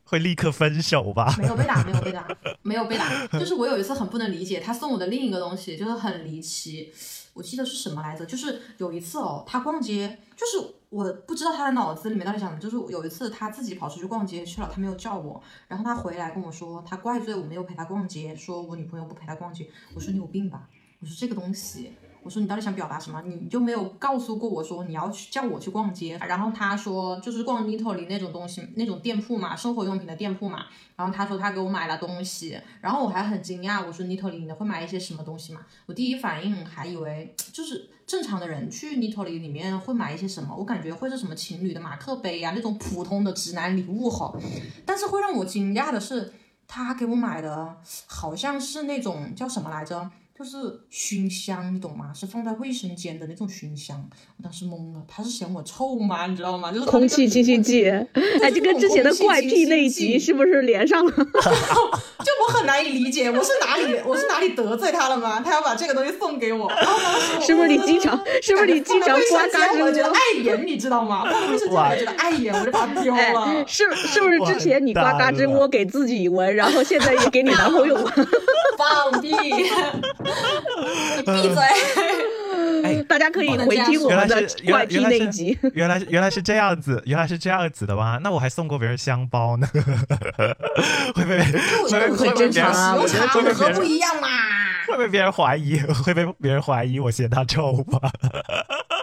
Speaker 1: 会立刻分手吧？
Speaker 3: 没有被打，没有被打，没有被打。就是我有一次很不能理解，他送我的另一个东西就是很离奇，我记得是什么来着？就是有一次哦，他逛街，就是我不知道他的脑子里面到底想什么。就是有一次他自己跑出去逛街去了，他没有叫我，然后他回来跟我说，他怪罪我没有陪他逛街，说我女朋友不陪他逛街。我说你有病吧？我说这个东西。我说你到底想表达什么？你就没有告诉过我说你要去叫我去逛街。然后他说就是逛 Nitori 那种东西那种店铺嘛，生活用品的店铺嘛。然后他说他给我买了东西，然后我还很惊讶，我说 Nitori 你会买一些什么东西吗？我第一反应还以为就是正常的人去 Nitori 里面会买一些什么，我感觉会是什么情侣的马克杯呀、那种普通的直男礼物哈。但是会让我惊讶的是，他给我买的好像是那种叫什么来着？就是熏香，你懂吗？是放在卫生间的那种熏香，我当时懵了，他是嫌我臭吗？你知道吗？就是他那
Speaker 2: 空
Speaker 3: 个
Speaker 2: 气清新剂， 哎，这跟之前的怪癖那一集是不是连上了？
Speaker 3: 就我很难以理解，我是哪里我是哪里得罪他了吗？他要把这个东西送给我，然后当时我
Speaker 2: 是不是你经常是不是你经常刮
Speaker 3: 放
Speaker 2: 嘎
Speaker 3: 在卫生间我
Speaker 2: 吱
Speaker 3: 觉得
Speaker 2: 窝？
Speaker 3: 碍眼，你知道吗？放在卫生间我觉得碍眼，我就把它
Speaker 1: 哦
Speaker 3: 丢
Speaker 2: 哎
Speaker 3: 了，。
Speaker 2: 是是不是之前你刮嘎吱窝给自己闻，然后现在也给你男朋友闻？
Speaker 3: 放 屁！你闭嘴！
Speaker 2: 大家可以回听我
Speaker 1: 哎原来
Speaker 2: 们的
Speaker 1: 是原
Speaker 2: 怪
Speaker 1: 来
Speaker 2: 癖
Speaker 1: 原来
Speaker 2: 那一
Speaker 1: 是
Speaker 2: 集。
Speaker 1: 原来是原来是这样子，原来是这样子的吧？那我还送过别人香包呢， 会被会
Speaker 3: 我觉
Speaker 1: 被
Speaker 3: 得
Speaker 1: 会
Speaker 3: 很
Speaker 1: 被
Speaker 3: 正
Speaker 1: 别
Speaker 3: 常
Speaker 1: 人
Speaker 3: 啊，
Speaker 1: 我
Speaker 3: 我
Speaker 1: 觉
Speaker 3: 觉
Speaker 1: 得
Speaker 3: 得
Speaker 1: 会被别
Speaker 3: 和不
Speaker 1: 人
Speaker 3: 一样嘛。
Speaker 1: 会被别人怀疑，会被别人怀疑我嫌他臭吧？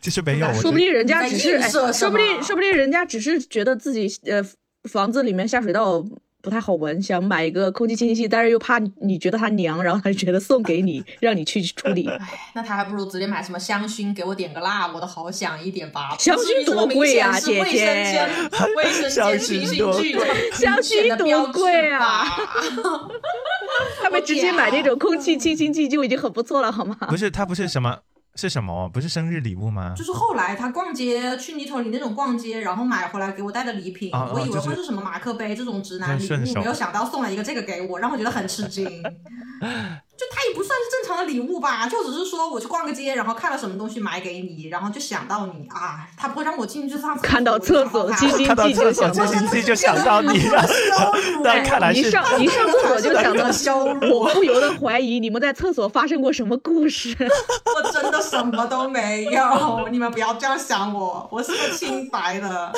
Speaker 1: 其实没有，我
Speaker 2: 说不
Speaker 1: 是
Speaker 2: 定人家只是
Speaker 3: 你在
Speaker 2: 哎，
Speaker 3: 映射
Speaker 2: 说
Speaker 3: 什
Speaker 2: 不
Speaker 3: 么
Speaker 2: 定说不定人家只是觉得自己呃房子里面下水道不太好闻，想买一个空气清新剂，但是又怕你你觉得它娘，然后他就觉得送给你，让你去处理。
Speaker 1: 哎
Speaker 3: 那他还不如直接买什么香薰，给我点个蜡，我都好想一点吧。
Speaker 2: 香薰多贵呀
Speaker 3: 不至于这么
Speaker 2: 姐
Speaker 3: 明显
Speaker 2: 姐
Speaker 3: 是卫生间，卫生
Speaker 1: 香薰
Speaker 3: 间
Speaker 1: 多
Speaker 3: 是一句这么 明
Speaker 2: 香薰
Speaker 3: 显的
Speaker 2: 多
Speaker 3: 标志
Speaker 2: 贵啊
Speaker 3: 吧
Speaker 2: 他们直接买
Speaker 1: 啊
Speaker 2: 那种空气清新剂就已经很不错了，好吗？
Speaker 1: 不是他不是什么是什么？哦不是生日礼物吗？
Speaker 3: 就是后来他逛街去泥头里那种逛街，然后买回来给我带的礼品，
Speaker 1: 啊啊
Speaker 3: 我以为
Speaker 1: 就是
Speaker 3: 会是什么马克杯这种直男
Speaker 1: 就是
Speaker 3: 礼
Speaker 1: 顺手
Speaker 3: 物，没有想到送了一个这个给我，让我觉得很吃 惊。就他也不算是正常的礼物吧，就只是说我去逛个街，然后看了什么东西买给你，然后就想到你啊，他不会让我进去上 厕所，
Speaker 2: 看到厕所
Speaker 3: 我就
Speaker 2: 清新
Speaker 3: 想到他
Speaker 1: 看到
Speaker 2: 剂
Speaker 1: 厕
Speaker 2: 就
Speaker 1: 所
Speaker 2: 想
Speaker 1: 清
Speaker 2: 到
Speaker 1: 新剂就想到你了， 那看来
Speaker 2: 一
Speaker 1: 是
Speaker 2: 上一上厕所就想 到
Speaker 3: 的羞辱，
Speaker 2: 我不由得怀疑你们在厕所发生过什么故事。
Speaker 3: 我真的什么都没有，你们不要这样想我，我是个清白的，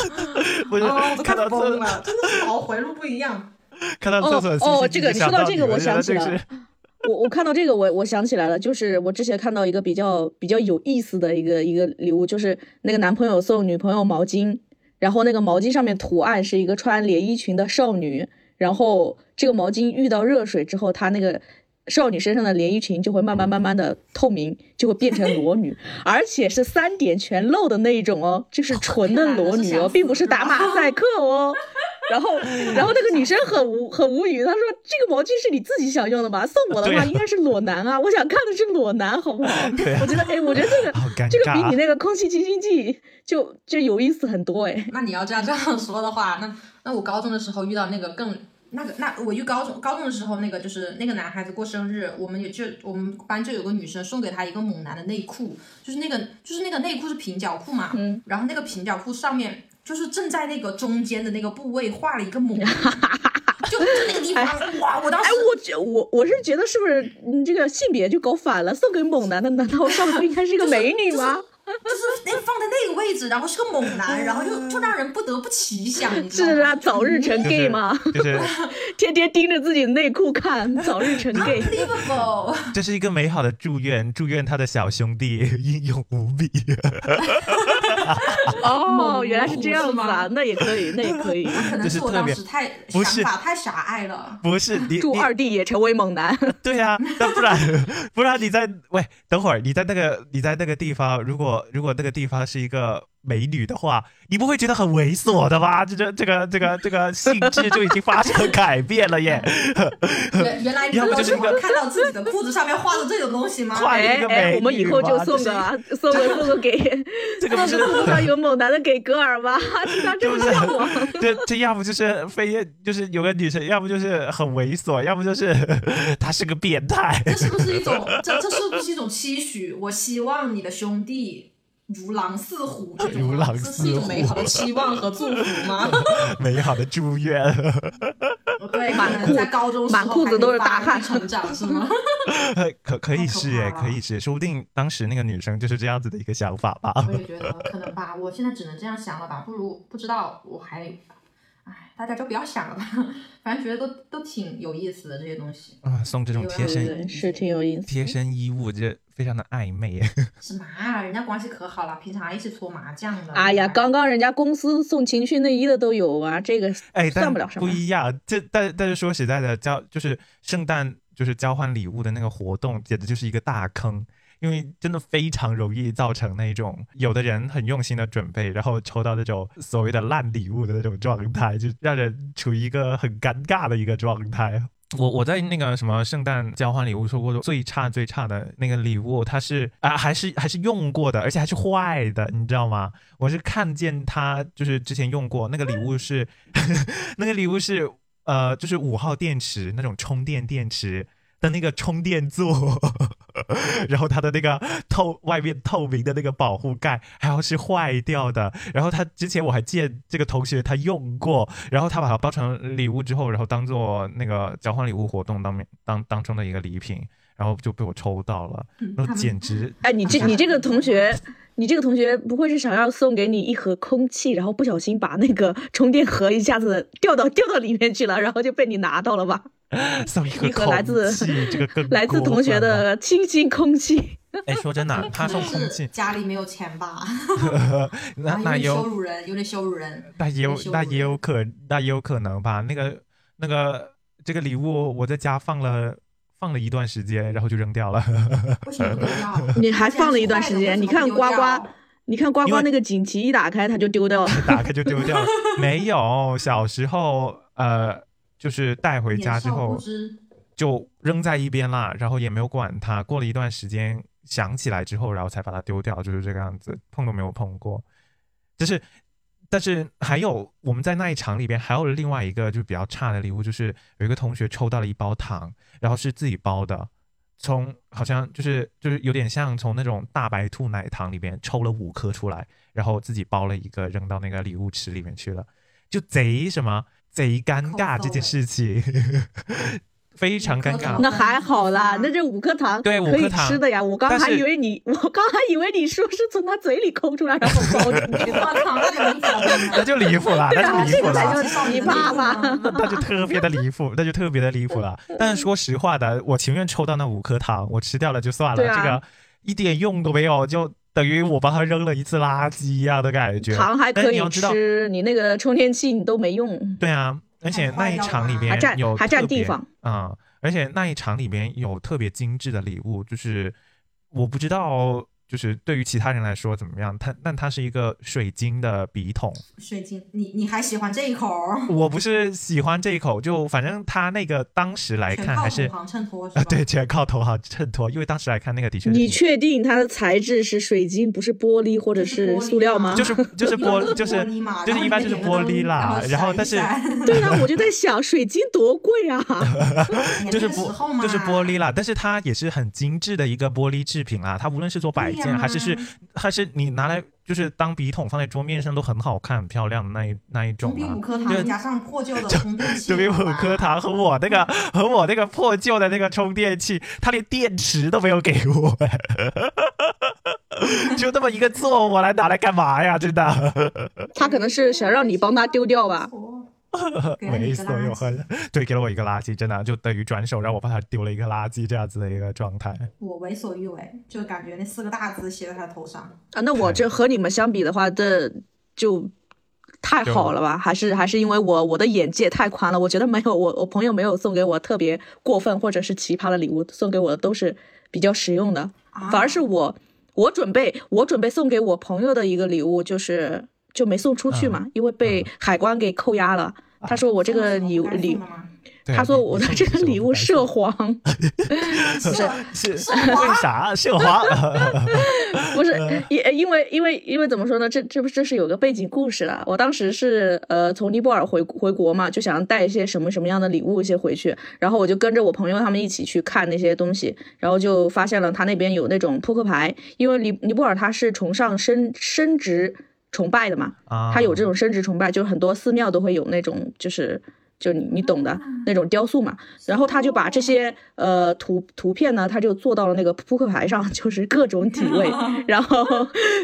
Speaker 1: 不是
Speaker 2: 哦
Speaker 3: 啊，我都
Speaker 1: 看
Speaker 3: 看
Speaker 1: 到
Speaker 3: 疯
Speaker 1: 厕
Speaker 3: 了，真的是脑回路不一样。
Speaker 1: 看到厕所的
Speaker 2: 哦哦
Speaker 1: 信息
Speaker 2: 这个
Speaker 1: 就
Speaker 2: 你
Speaker 1: 想
Speaker 2: 说到
Speaker 1: 你
Speaker 2: 这个我
Speaker 1: 觉得
Speaker 2: 想起
Speaker 1: 这
Speaker 2: 来
Speaker 1: 是
Speaker 2: 了我我看到这个，我我想起来了，就是我之前看到一个比较比较有意思的一个一个礼物，就是那个男朋友送女朋友毛巾，然后那个毛巾上面图案是一个穿连衣裙的少女，然后这个毛巾遇到热水之后，她那个少女身上的连衣裙就会慢慢慢慢的透明，就会变成 裸女，而且是 三点全露的那一种哦，就是纯的裸女哦，并不是打马赛克哦。然后，然后那个女生很无很无语，她说：“这个毛巾是你自己想用的吧？送我的
Speaker 1: 对
Speaker 2: 话
Speaker 1: 啊
Speaker 2: 应该是裸男啊，我想看的是裸男，好不好？”
Speaker 1: 对啊
Speaker 2: 我觉得，哎，我觉得这个
Speaker 1: 好尴
Speaker 2: 这个比
Speaker 1: 尬
Speaker 2: 你那个空气清新剂就就有意思很多哎。
Speaker 4: 那你要这样这样说的话，那那我高中的时候遇到那个更那个那我遇高中高中的时候那个就是那个男孩子过生日，我们也就我们班就有个女生送给他一个猛男的内裤，就是那个就是那个内裤是平角裤嘛，
Speaker 2: 嗯
Speaker 4: 然后那个平角裤上面就是正在那个中间的那个部位画了一个猛男，就就那个地方，哇！我当时
Speaker 2: 哎，我觉我我是觉得是不是你这个性别就搞反了？送给猛男的难道上面不应该是一个美女吗？
Speaker 4: 就是那个放在那个位置，然后是个猛男，然后就就让人不得不奇想，你知道
Speaker 2: 是
Speaker 4: 吗？
Speaker 2: 啊，早日成
Speaker 1: 就
Speaker 2: gay
Speaker 1: 是
Speaker 2: 吗？
Speaker 1: 就是
Speaker 2: 天天盯着自己内裤看，早日成 gay。
Speaker 4: 啊 Unbelievable！
Speaker 1: 这是一个美好的祝愿，祝愿他的小兄弟英勇无比。
Speaker 2: 哦，
Speaker 4: 猛
Speaker 2: 原来是
Speaker 4: 虎
Speaker 2: 这样
Speaker 4: 是
Speaker 2: 子啊
Speaker 4: 吗，
Speaker 2: 那也可以，那也可以。
Speaker 4: 可能
Speaker 1: 就是
Speaker 4: 我
Speaker 1: 特
Speaker 4: 当
Speaker 1: 别
Speaker 4: 时太
Speaker 1: 不
Speaker 4: 想
Speaker 1: 是
Speaker 4: 法太狭隘 了。
Speaker 1: 不是你
Speaker 2: 祝
Speaker 1: 你
Speaker 2: 二弟也成为猛男。
Speaker 1: 对呀、那不然不然你在喂，等会儿你在那个你在那个地方，如果如果那个地方是一个美女的话，你不会觉得很猥琐的吗？这这这个这个这个性质就已经发生改变了 耶！
Speaker 4: 原原来你
Speaker 1: 要不
Speaker 4: 高
Speaker 1: 就是
Speaker 4: 中
Speaker 1: 一个
Speaker 4: 看到自己的裤子上面画的这种东西 吗？
Speaker 1: 画
Speaker 2: 哎
Speaker 1: 一个
Speaker 2: 哎，
Speaker 1: 美
Speaker 2: 我们以
Speaker 1: 女
Speaker 2: 后就
Speaker 1: 嘛
Speaker 2: 送
Speaker 1: 这
Speaker 2: 个
Speaker 1: 是
Speaker 2: 啊送个送个给，
Speaker 1: 这个不
Speaker 2: 送
Speaker 1: 是
Speaker 2: 个裤子上有猛男的给格尔 吧，听到这
Speaker 1: 就
Speaker 2: 么
Speaker 1: 是
Speaker 2: 像我。
Speaker 1: 这这要不就是非就是有个女生，要不就是很猥琐，要不就是 她是个变态。
Speaker 4: 这是不是一种这这是不是一种期许？我希望你的兄弟如狼似虎，这种
Speaker 1: 如狼似
Speaker 4: 这
Speaker 1: 虎
Speaker 4: 是一种美好的期望和祝 福吗？
Speaker 1: 美好的祝愿，
Speaker 4: 对，
Speaker 2: 满
Speaker 4: 可能
Speaker 2: 裤
Speaker 4: 在高中时候
Speaker 2: 满裤子都是大汗
Speaker 4: 还没发育成长 是吗？
Speaker 1: 可可以是哎，
Speaker 4: 太可怕了
Speaker 1: 可以是，说不定当时那个女生就是这样子的一个想法吧。
Speaker 4: 我也觉得可能吧，我现在只能这样想了吧，不如不知道我还，唉，大家就不要想了吧，反正觉得都都挺有意思的这些东西。
Speaker 1: 啊、送这种贴
Speaker 4: 对
Speaker 1: 身
Speaker 4: 对是挺
Speaker 2: 有意思
Speaker 1: 贴身衣物，这非常的暧昧。
Speaker 4: 什么啊？人家关系可好了，平常还一起搓麻将呢。
Speaker 2: 哎呀，刚刚人家公司送情趣内衣的都有啊，这个
Speaker 1: 哎，但
Speaker 2: 算不了什么。
Speaker 1: 一样。这但但是说实在的，交就是圣诞就是交换礼物的那个活动，简直就是一个大坑。因为真的非常容易造成那种有的人很用心的准备，然后抽到那种所谓的烂礼物的那种状态，就让人处于一个很尴尬的一个状态。我我在那个什么圣诞交换礼物收过的最差最差的那个礼物，它是啊、还是还是用过的，而且还是坏的，你知道吗？我是看见它就是之前用过那个礼物是， 那个礼物是呃就是五号电池那种充电电池的那个充电座， 然后它的那个透外面透明的那个保护盖还要是坏掉的，然后他之前我还见这个同学他用过，然后他把它包成礼物之后，然后当做那个交换礼物活动当面当当中的一个礼品，然后就被我抽到了，
Speaker 2: 嗯
Speaker 1: 然后简直
Speaker 2: 哎，你这
Speaker 4: 好吧
Speaker 2: 你这个同学，你这个同学不会是想要送给你一盒空气，然后不小心把那个充电盒一下子掉到掉到里面去了，然后就被你拿到了吧？
Speaker 1: 送 一个
Speaker 2: 一盒来自
Speaker 1: 空气这个更
Speaker 2: 来自
Speaker 1: 过
Speaker 2: 同学
Speaker 1: 分了。
Speaker 2: 的清新空气。
Speaker 1: 哎，说真的，他
Speaker 4: 可
Speaker 1: 送
Speaker 4: 能
Speaker 1: 空
Speaker 4: 是
Speaker 1: 气，
Speaker 4: 家里没有钱吧，
Speaker 1: 那
Speaker 4: 啊
Speaker 1: 那
Speaker 4: 有点羞
Speaker 1: 有
Speaker 4: 辱人，有点羞辱人。
Speaker 1: 那也有
Speaker 4: 羞辱
Speaker 1: 那也有
Speaker 4: 人
Speaker 1: 可那也有可能吧。那个那个这个礼物我在家放了放了一段时间，然后就扔掉了。
Speaker 4: 为什么不丢掉？
Speaker 2: 你还放了一段时间
Speaker 4: 为什 么
Speaker 2: 你看
Speaker 4: 不丢掉
Speaker 2: 呱呱你看呱
Speaker 1: 因
Speaker 2: 呱
Speaker 1: 为
Speaker 2: 那个锦旗一打开，它就丢掉了。
Speaker 1: 打开就丢掉了。没有，小时候呃，就是带回家之
Speaker 4: 年少
Speaker 1: 后
Speaker 4: 不知
Speaker 1: 就扔在一边啦，然后也没有管它。过了一段时间想起来之后，然后才把它丢掉，就是这个样子，碰都没有碰过。就是，但是还有我们在那一场里边还有另外一个就比较差的礼物，就是有一个同学抽到了一包糖，然后是自己包的。从好像就是就是有点像从那种大白兔奶糖里边抽了五颗出来，然后自己包了一个扔到那个礼物池里面去了，就贼什么贼尴尬这件事情， 非常尴尬。
Speaker 2: 那还好啦，那这五颗糖
Speaker 1: 对
Speaker 2: 可
Speaker 1: 五
Speaker 2: 以
Speaker 1: 颗糖
Speaker 2: 吃的呀。我刚
Speaker 1: 但
Speaker 2: 还
Speaker 1: 是
Speaker 2: 以为你，我刚还以为你说是从他嘴里抠出来，然后 包进去
Speaker 4: 我
Speaker 2: 的。
Speaker 1: 啊
Speaker 4: 操，那就能走
Speaker 1: 那
Speaker 4: 了。
Speaker 1: 就离谱了，
Speaker 2: 对
Speaker 1: 那就
Speaker 2: 啊，
Speaker 1: 离
Speaker 2: 这
Speaker 1: 谱
Speaker 2: 个才
Speaker 1: 了。
Speaker 2: 叫奇 葩吧？
Speaker 1: 那就特别的离谱，那就特别的离谱 了。但是说实话的，我情愿抽到那五颗糖，我吃掉了就算了，
Speaker 2: 对啊
Speaker 1: 这个一点用都没有，就等于我帮他扔了一次垃圾一样的感觉。
Speaker 2: 糖还
Speaker 1: 但是
Speaker 2: 可
Speaker 1: 你
Speaker 2: 以
Speaker 1: 要知道，
Speaker 2: 吃，你那个充电器你都没用。
Speaker 1: 对啊，而且
Speaker 4: 哎
Speaker 1: 那一场里边
Speaker 2: 还占
Speaker 1: 有
Speaker 2: 还占
Speaker 1: 特别
Speaker 2: 地方
Speaker 1: 啊、而且那一场里边有特别精致的礼物，就是我不知道就是对于其他人来说怎么样？它但它是一个水晶的笔筒，
Speaker 4: 水晶，你你还喜欢这一口儿？
Speaker 1: 我不是喜欢这一口，就反正它那个当时来
Speaker 4: 全
Speaker 1: 看
Speaker 4: 靠
Speaker 1: 还是
Speaker 4: 同行衬托是吧？
Speaker 1: 啊，对，全靠投行衬托，因为当时来看那个的确是
Speaker 2: 你确定它的材质是水晶，不是玻璃啊或者是塑料吗？
Speaker 1: 就
Speaker 4: 就是
Speaker 1: 就是玻
Speaker 4: 一般都是
Speaker 1: 就是
Speaker 4: 玻璃嘛
Speaker 1: 就是一般就是玻璃啦，然
Speaker 4: 然
Speaker 1: 后
Speaker 4: 后
Speaker 1: 但是
Speaker 2: 对啊，我就在想，水晶多贵 啊！
Speaker 1: 就是
Speaker 4: 时候
Speaker 1: 玻
Speaker 4: 嘛，
Speaker 1: 就是玻璃啦，但是它也是很精致的一个玻璃制品啦，它无论是做摆
Speaker 4: 对
Speaker 1: 件、
Speaker 4: 呀
Speaker 1: 还是是还是你拿来就是当笔筒放在桌面上都很好看、很漂亮的那一那一种
Speaker 4: 从比
Speaker 1: 啦
Speaker 4: 五。颗
Speaker 1: 对
Speaker 4: 糖加上破旧的充电 器，
Speaker 1: 就比五颗糖和我那个和我那个破旧的那个充电器，它连电池都没有给我， 就那么一个座，我来拿来干嘛呀？真的，
Speaker 2: 他可能是想让你帮他丢掉吧？
Speaker 4: 给了你
Speaker 1: 没
Speaker 4: 一
Speaker 1: 所
Speaker 4: 个
Speaker 1: 有
Speaker 4: 垃圾。
Speaker 1: 很对，给了我一个垃圾，真的啊就等于转手让我把它丢了一个垃圾这样子的一个状态。
Speaker 4: 我为所欲为，就感觉那四个大字写在他头上。
Speaker 2: 啊，那我这和你们相比的话，这就太
Speaker 1: 就
Speaker 2: 好了吧？还是还是因为我我的眼界太宽了，我觉得没有我我朋友没有送给我特别过分或者是奇葩的礼物，送给我的都是比较实用的，
Speaker 4: 啊、
Speaker 2: 反而是我我准备我准备送给我朋友的一个礼物就是。就没送出去嘛，因为被海关给扣押了。他说我这个礼
Speaker 4: 送了什么
Speaker 2: 礼
Speaker 4: 不该送的，吗
Speaker 1: 对
Speaker 2: 他说
Speaker 1: 你
Speaker 2: 我
Speaker 1: 你
Speaker 2: 的
Speaker 1: 送
Speaker 2: 这
Speaker 1: 你
Speaker 2: 个
Speaker 1: 什么
Speaker 2: 礼物
Speaker 1: 白色
Speaker 2: 涉黄，
Speaker 1: 是
Speaker 4: 是
Speaker 1: 为啥涉黄？
Speaker 2: 不是，因因为因为因为怎么说呢？这这不这是有个背景故事的。我当时是呃从尼泊尔回回国嘛，就想带一些什么什么样的礼物一些回去，然后我就跟着我朋友他们一起去看那些东西，然后就发现了他那边有那种扑克牌，因为尼尼泊尔它是崇尚升升职崇拜的嘛，
Speaker 1: 啊
Speaker 2: 它有这种生殖崇拜，就是很多寺庙都会有那种，就是就你你懂的那种雕塑嘛。然后他就把这 些呃图图片呢，他就做到了那个扑克牌上， 就是各种体位，然后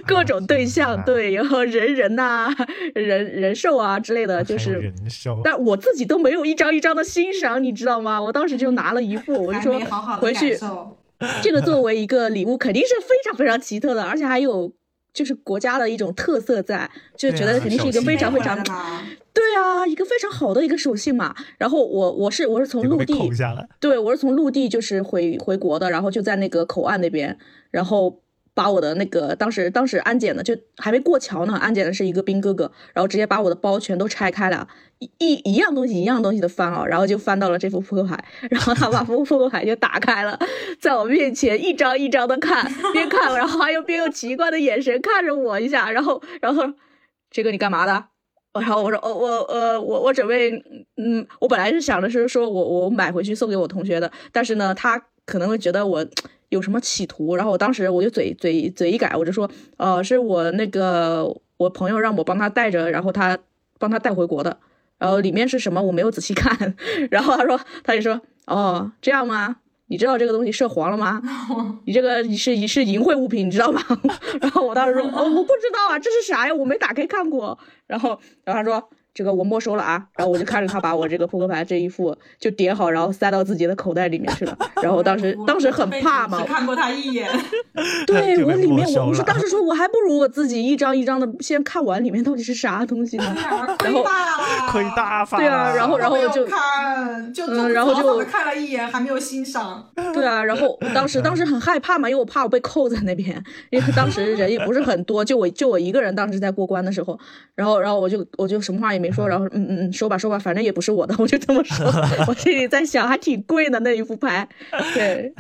Speaker 2: 各种对象，对，然后人人呐、人人兽啊之类的，就
Speaker 1: 还有
Speaker 2: 是。
Speaker 1: 人兽。
Speaker 2: 但我自己都没有一张一张的欣赏，你知道吗？我当时就拿了一副，我就
Speaker 4: 还
Speaker 2: 说
Speaker 4: 没好好的
Speaker 2: 回去
Speaker 4: 感受，
Speaker 2: 这个作为一个礼物，肯定是非常非常奇特的，而且还有就是国家的一种特色在，就
Speaker 1: 对啊
Speaker 2: 觉得肯定是一个
Speaker 1: 手信
Speaker 2: 非常非常
Speaker 4: 没回来的吗
Speaker 2: 对啊，一个非常好的一个手信嘛。然后我我是我是从
Speaker 1: 结果被
Speaker 2: 陆地
Speaker 1: 扣，下来，
Speaker 2: 对我是从陆地就是回回国的，然后就在那个口岸那边，然后把我的那个当时当时安检的就还没过桥呢，安检的是一个兵哥哥，然后直接把我的包全都拆开了，一一一样东西一样东西的翻啊，然后就翻到了这副扑克牌，然后他把扑 扑克牌就打开了，在我面前一张一张的看，边看然后还有边用奇怪的眼神看着我一下，然后然后这个你干嘛的？然后我说，哦，我呃，我我准备，嗯，我本来是想的是说我我买回去送给我同学的，但是呢，他可能会觉得我有什么企图，然后我当时我就嘴嘴嘴一改，我就说，呃，是我那个我朋友让我帮他带着，然后他帮他带回国的，然后里面是什么我没有仔细看， 然后他说他就说，哦，这样吗？你知道这个东西涉黄了吗？你这个你是你是淫秽物品，你知道吗？ 然后我当时说，哦，我不知道啊，这是啥呀？我没打开看过。然后，然后他说这个我没收了啊。然后我就看着他把我这个扑克牌这一副就叠好，然后塞到自己的口袋里面去了。然后我当时
Speaker 4: 我
Speaker 2: 当时很
Speaker 4: 被
Speaker 2: 怕
Speaker 4: 阻止
Speaker 2: 嘛，
Speaker 4: 看过他 一眼，
Speaker 1: 就
Speaker 2: 对
Speaker 1: 被
Speaker 2: 我里
Speaker 1: 没
Speaker 2: 面
Speaker 1: 收
Speaker 2: 我我是
Speaker 1: 了
Speaker 2: 当时说我还不如我自己一张一张的先看完里面到底是啥东西呢。
Speaker 4: 亏大了，
Speaker 1: 亏。大发了。
Speaker 2: 对啊然后然后
Speaker 4: 没有
Speaker 2: 就
Speaker 4: 看，就
Speaker 2: 嗯然后
Speaker 4: 早早地
Speaker 2: 就
Speaker 4: 看了一眼，还没有欣赏。
Speaker 2: 对啊，然后我当时当时很害怕嘛，因为我怕我被扣在那边，因为当时人也不是很多，就我就我一个人，当时在过关的时候，然后然后我就我就什么话也没说，然后嗯嗯嗯，收吧收吧，反正也不是我的，我就这么说。 我心里在想，还挺贵的那一副牌， 对，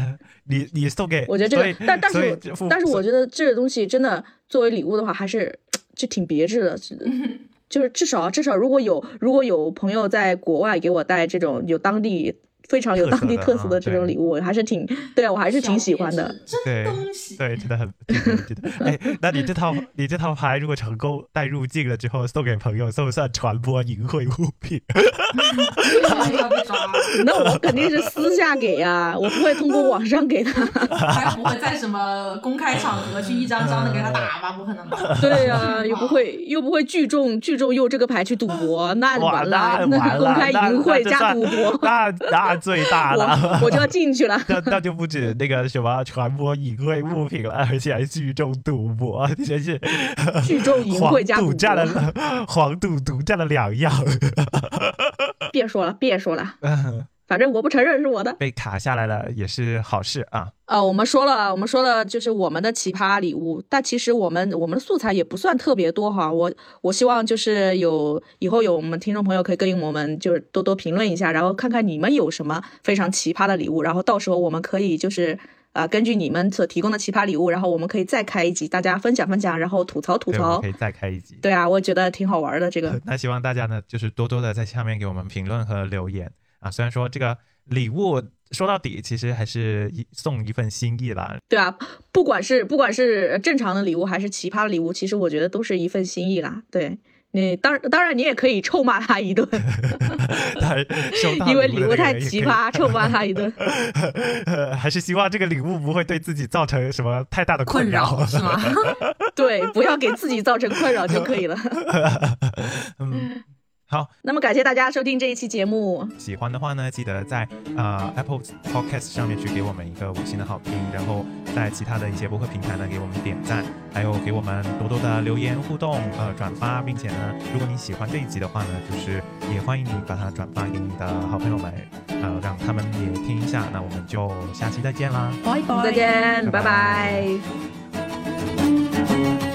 Speaker 1: 你你送给
Speaker 2: 我觉得这
Speaker 1: 所以
Speaker 2: 个，但但
Speaker 1: 所以
Speaker 2: 是
Speaker 1: 这
Speaker 2: 我
Speaker 1: 副
Speaker 2: 但是我
Speaker 1: 所
Speaker 2: 觉得这个东西真的作为礼物的话，还是就挺别致的，是就是至少至少如果有如果有朋友在国外给我带这种有当地非常有
Speaker 1: 特
Speaker 2: 当
Speaker 1: 色
Speaker 2: 地
Speaker 1: 的
Speaker 2: 特色
Speaker 1: 啊
Speaker 2: 的这种
Speaker 1: 对
Speaker 2: 礼物，我还是挺对啊我还是挺喜欢
Speaker 4: 小
Speaker 2: 的。
Speaker 4: 别致，
Speaker 1: 对
Speaker 4: 真东西。
Speaker 1: 对真的很挺别致 的。哎，那你这套你这套牌如果成功带入境了之后送给朋友，算不算传播淫秽物品？
Speaker 4: 要被抓，
Speaker 2: 那我肯定是私下给呀、我不会通过网 上给他。
Speaker 4: 还不会在什么公开场合去一张张的给他打吧？不可能吧。
Speaker 2: 对呀、又不会又不会聚众聚众用这个牌去赌博，那
Speaker 1: 哇，
Speaker 2: 完
Speaker 1: 那
Speaker 2: 了，
Speaker 1: 完
Speaker 2: 公
Speaker 1: 了，
Speaker 2: 开
Speaker 1: 那
Speaker 2: 淫秽
Speaker 1: 那就
Speaker 2: 加
Speaker 1: 算
Speaker 2: 赌博，
Speaker 1: 那那最大了
Speaker 2: 我。我就要进去了。
Speaker 1: 那那就不止那个什么传播淫秽物品了，而且还聚众赌博，真是
Speaker 2: 聚众淫
Speaker 1: 黄
Speaker 2: 秽加
Speaker 1: 赌
Speaker 2: 赌
Speaker 1: 占
Speaker 2: 博
Speaker 1: 了黄赌毒占了两样。
Speaker 2: 别说了，别说了。反正我不承认是我的。
Speaker 1: 被卡下来了也是好事啊。
Speaker 2: 呃，我们说了，我们说了，就是我们的奇葩礼物，但其实我们我们的素材也不算特别多哈。我我希望就是有以后有我们听众朋友可以跟我们就是多多评论一下，然后看看你们有什么非常奇葩的礼物，然后到时候我们可以就是呃根据你们所提供的奇葩礼物，然后我们可以再开一集，大家分享分享，然后吐槽吐
Speaker 1: 对我们
Speaker 2: 槽
Speaker 1: 可。以再开一集。
Speaker 2: 对啊，我觉得挺好玩 的这个。
Speaker 1: 那希望大家呢，就是多多的在下面给我们评论和留言啊。虽然说这个礼物说到底，其实还是一送一份心意啦。
Speaker 2: 对啊，不管是不管是正常的礼物还是奇葩的礼物，其实我觉得都是一份心意啦。对你，当当然你也可以臭骂他一顿，
Speaker 1: 当然收到
Speaker 2: 因为
Speaker 1: 礼
Speaker 2: 礼
Speaker 1: 物
Speaker 2: 物
Speaker 1: 的那
Speaker 2: 太
Speaker 1: 个人也
Speaker 2: 奇
Speaker 1: 可以
Speaker 2: 葩，臭骂他一顿。
Speaker 1: 还是希望这个礼物不会对自己造成什么太大的
Speaker 3: 困
Speaker 1: 扰
Speaker 3: 扰。是吗？
Speaker 2: 对，不要给自己造成困扰就可以了。
Speaker 1: 嗯，
Speaker 2: 那么感谢大家收听这一期节目，
Speaker 1: 喜欢的话呢，记得在呃 Apple Podcast 上面去给我们一个五星的好评，然后在其他的一些播客平台呢给我们点赞，还有给我们多多的留言互动，呃转发，并且呢，如果你喜欢这一集的话呢，就是也欢迎你把它转发给你的好朋友们，呃让他们也听一下。那我们就下期再见啦。
Speaker 3: 拜拜
Speaker 2: 再见，
Speaker 1: 拜拜
Speaker 2: 拜拜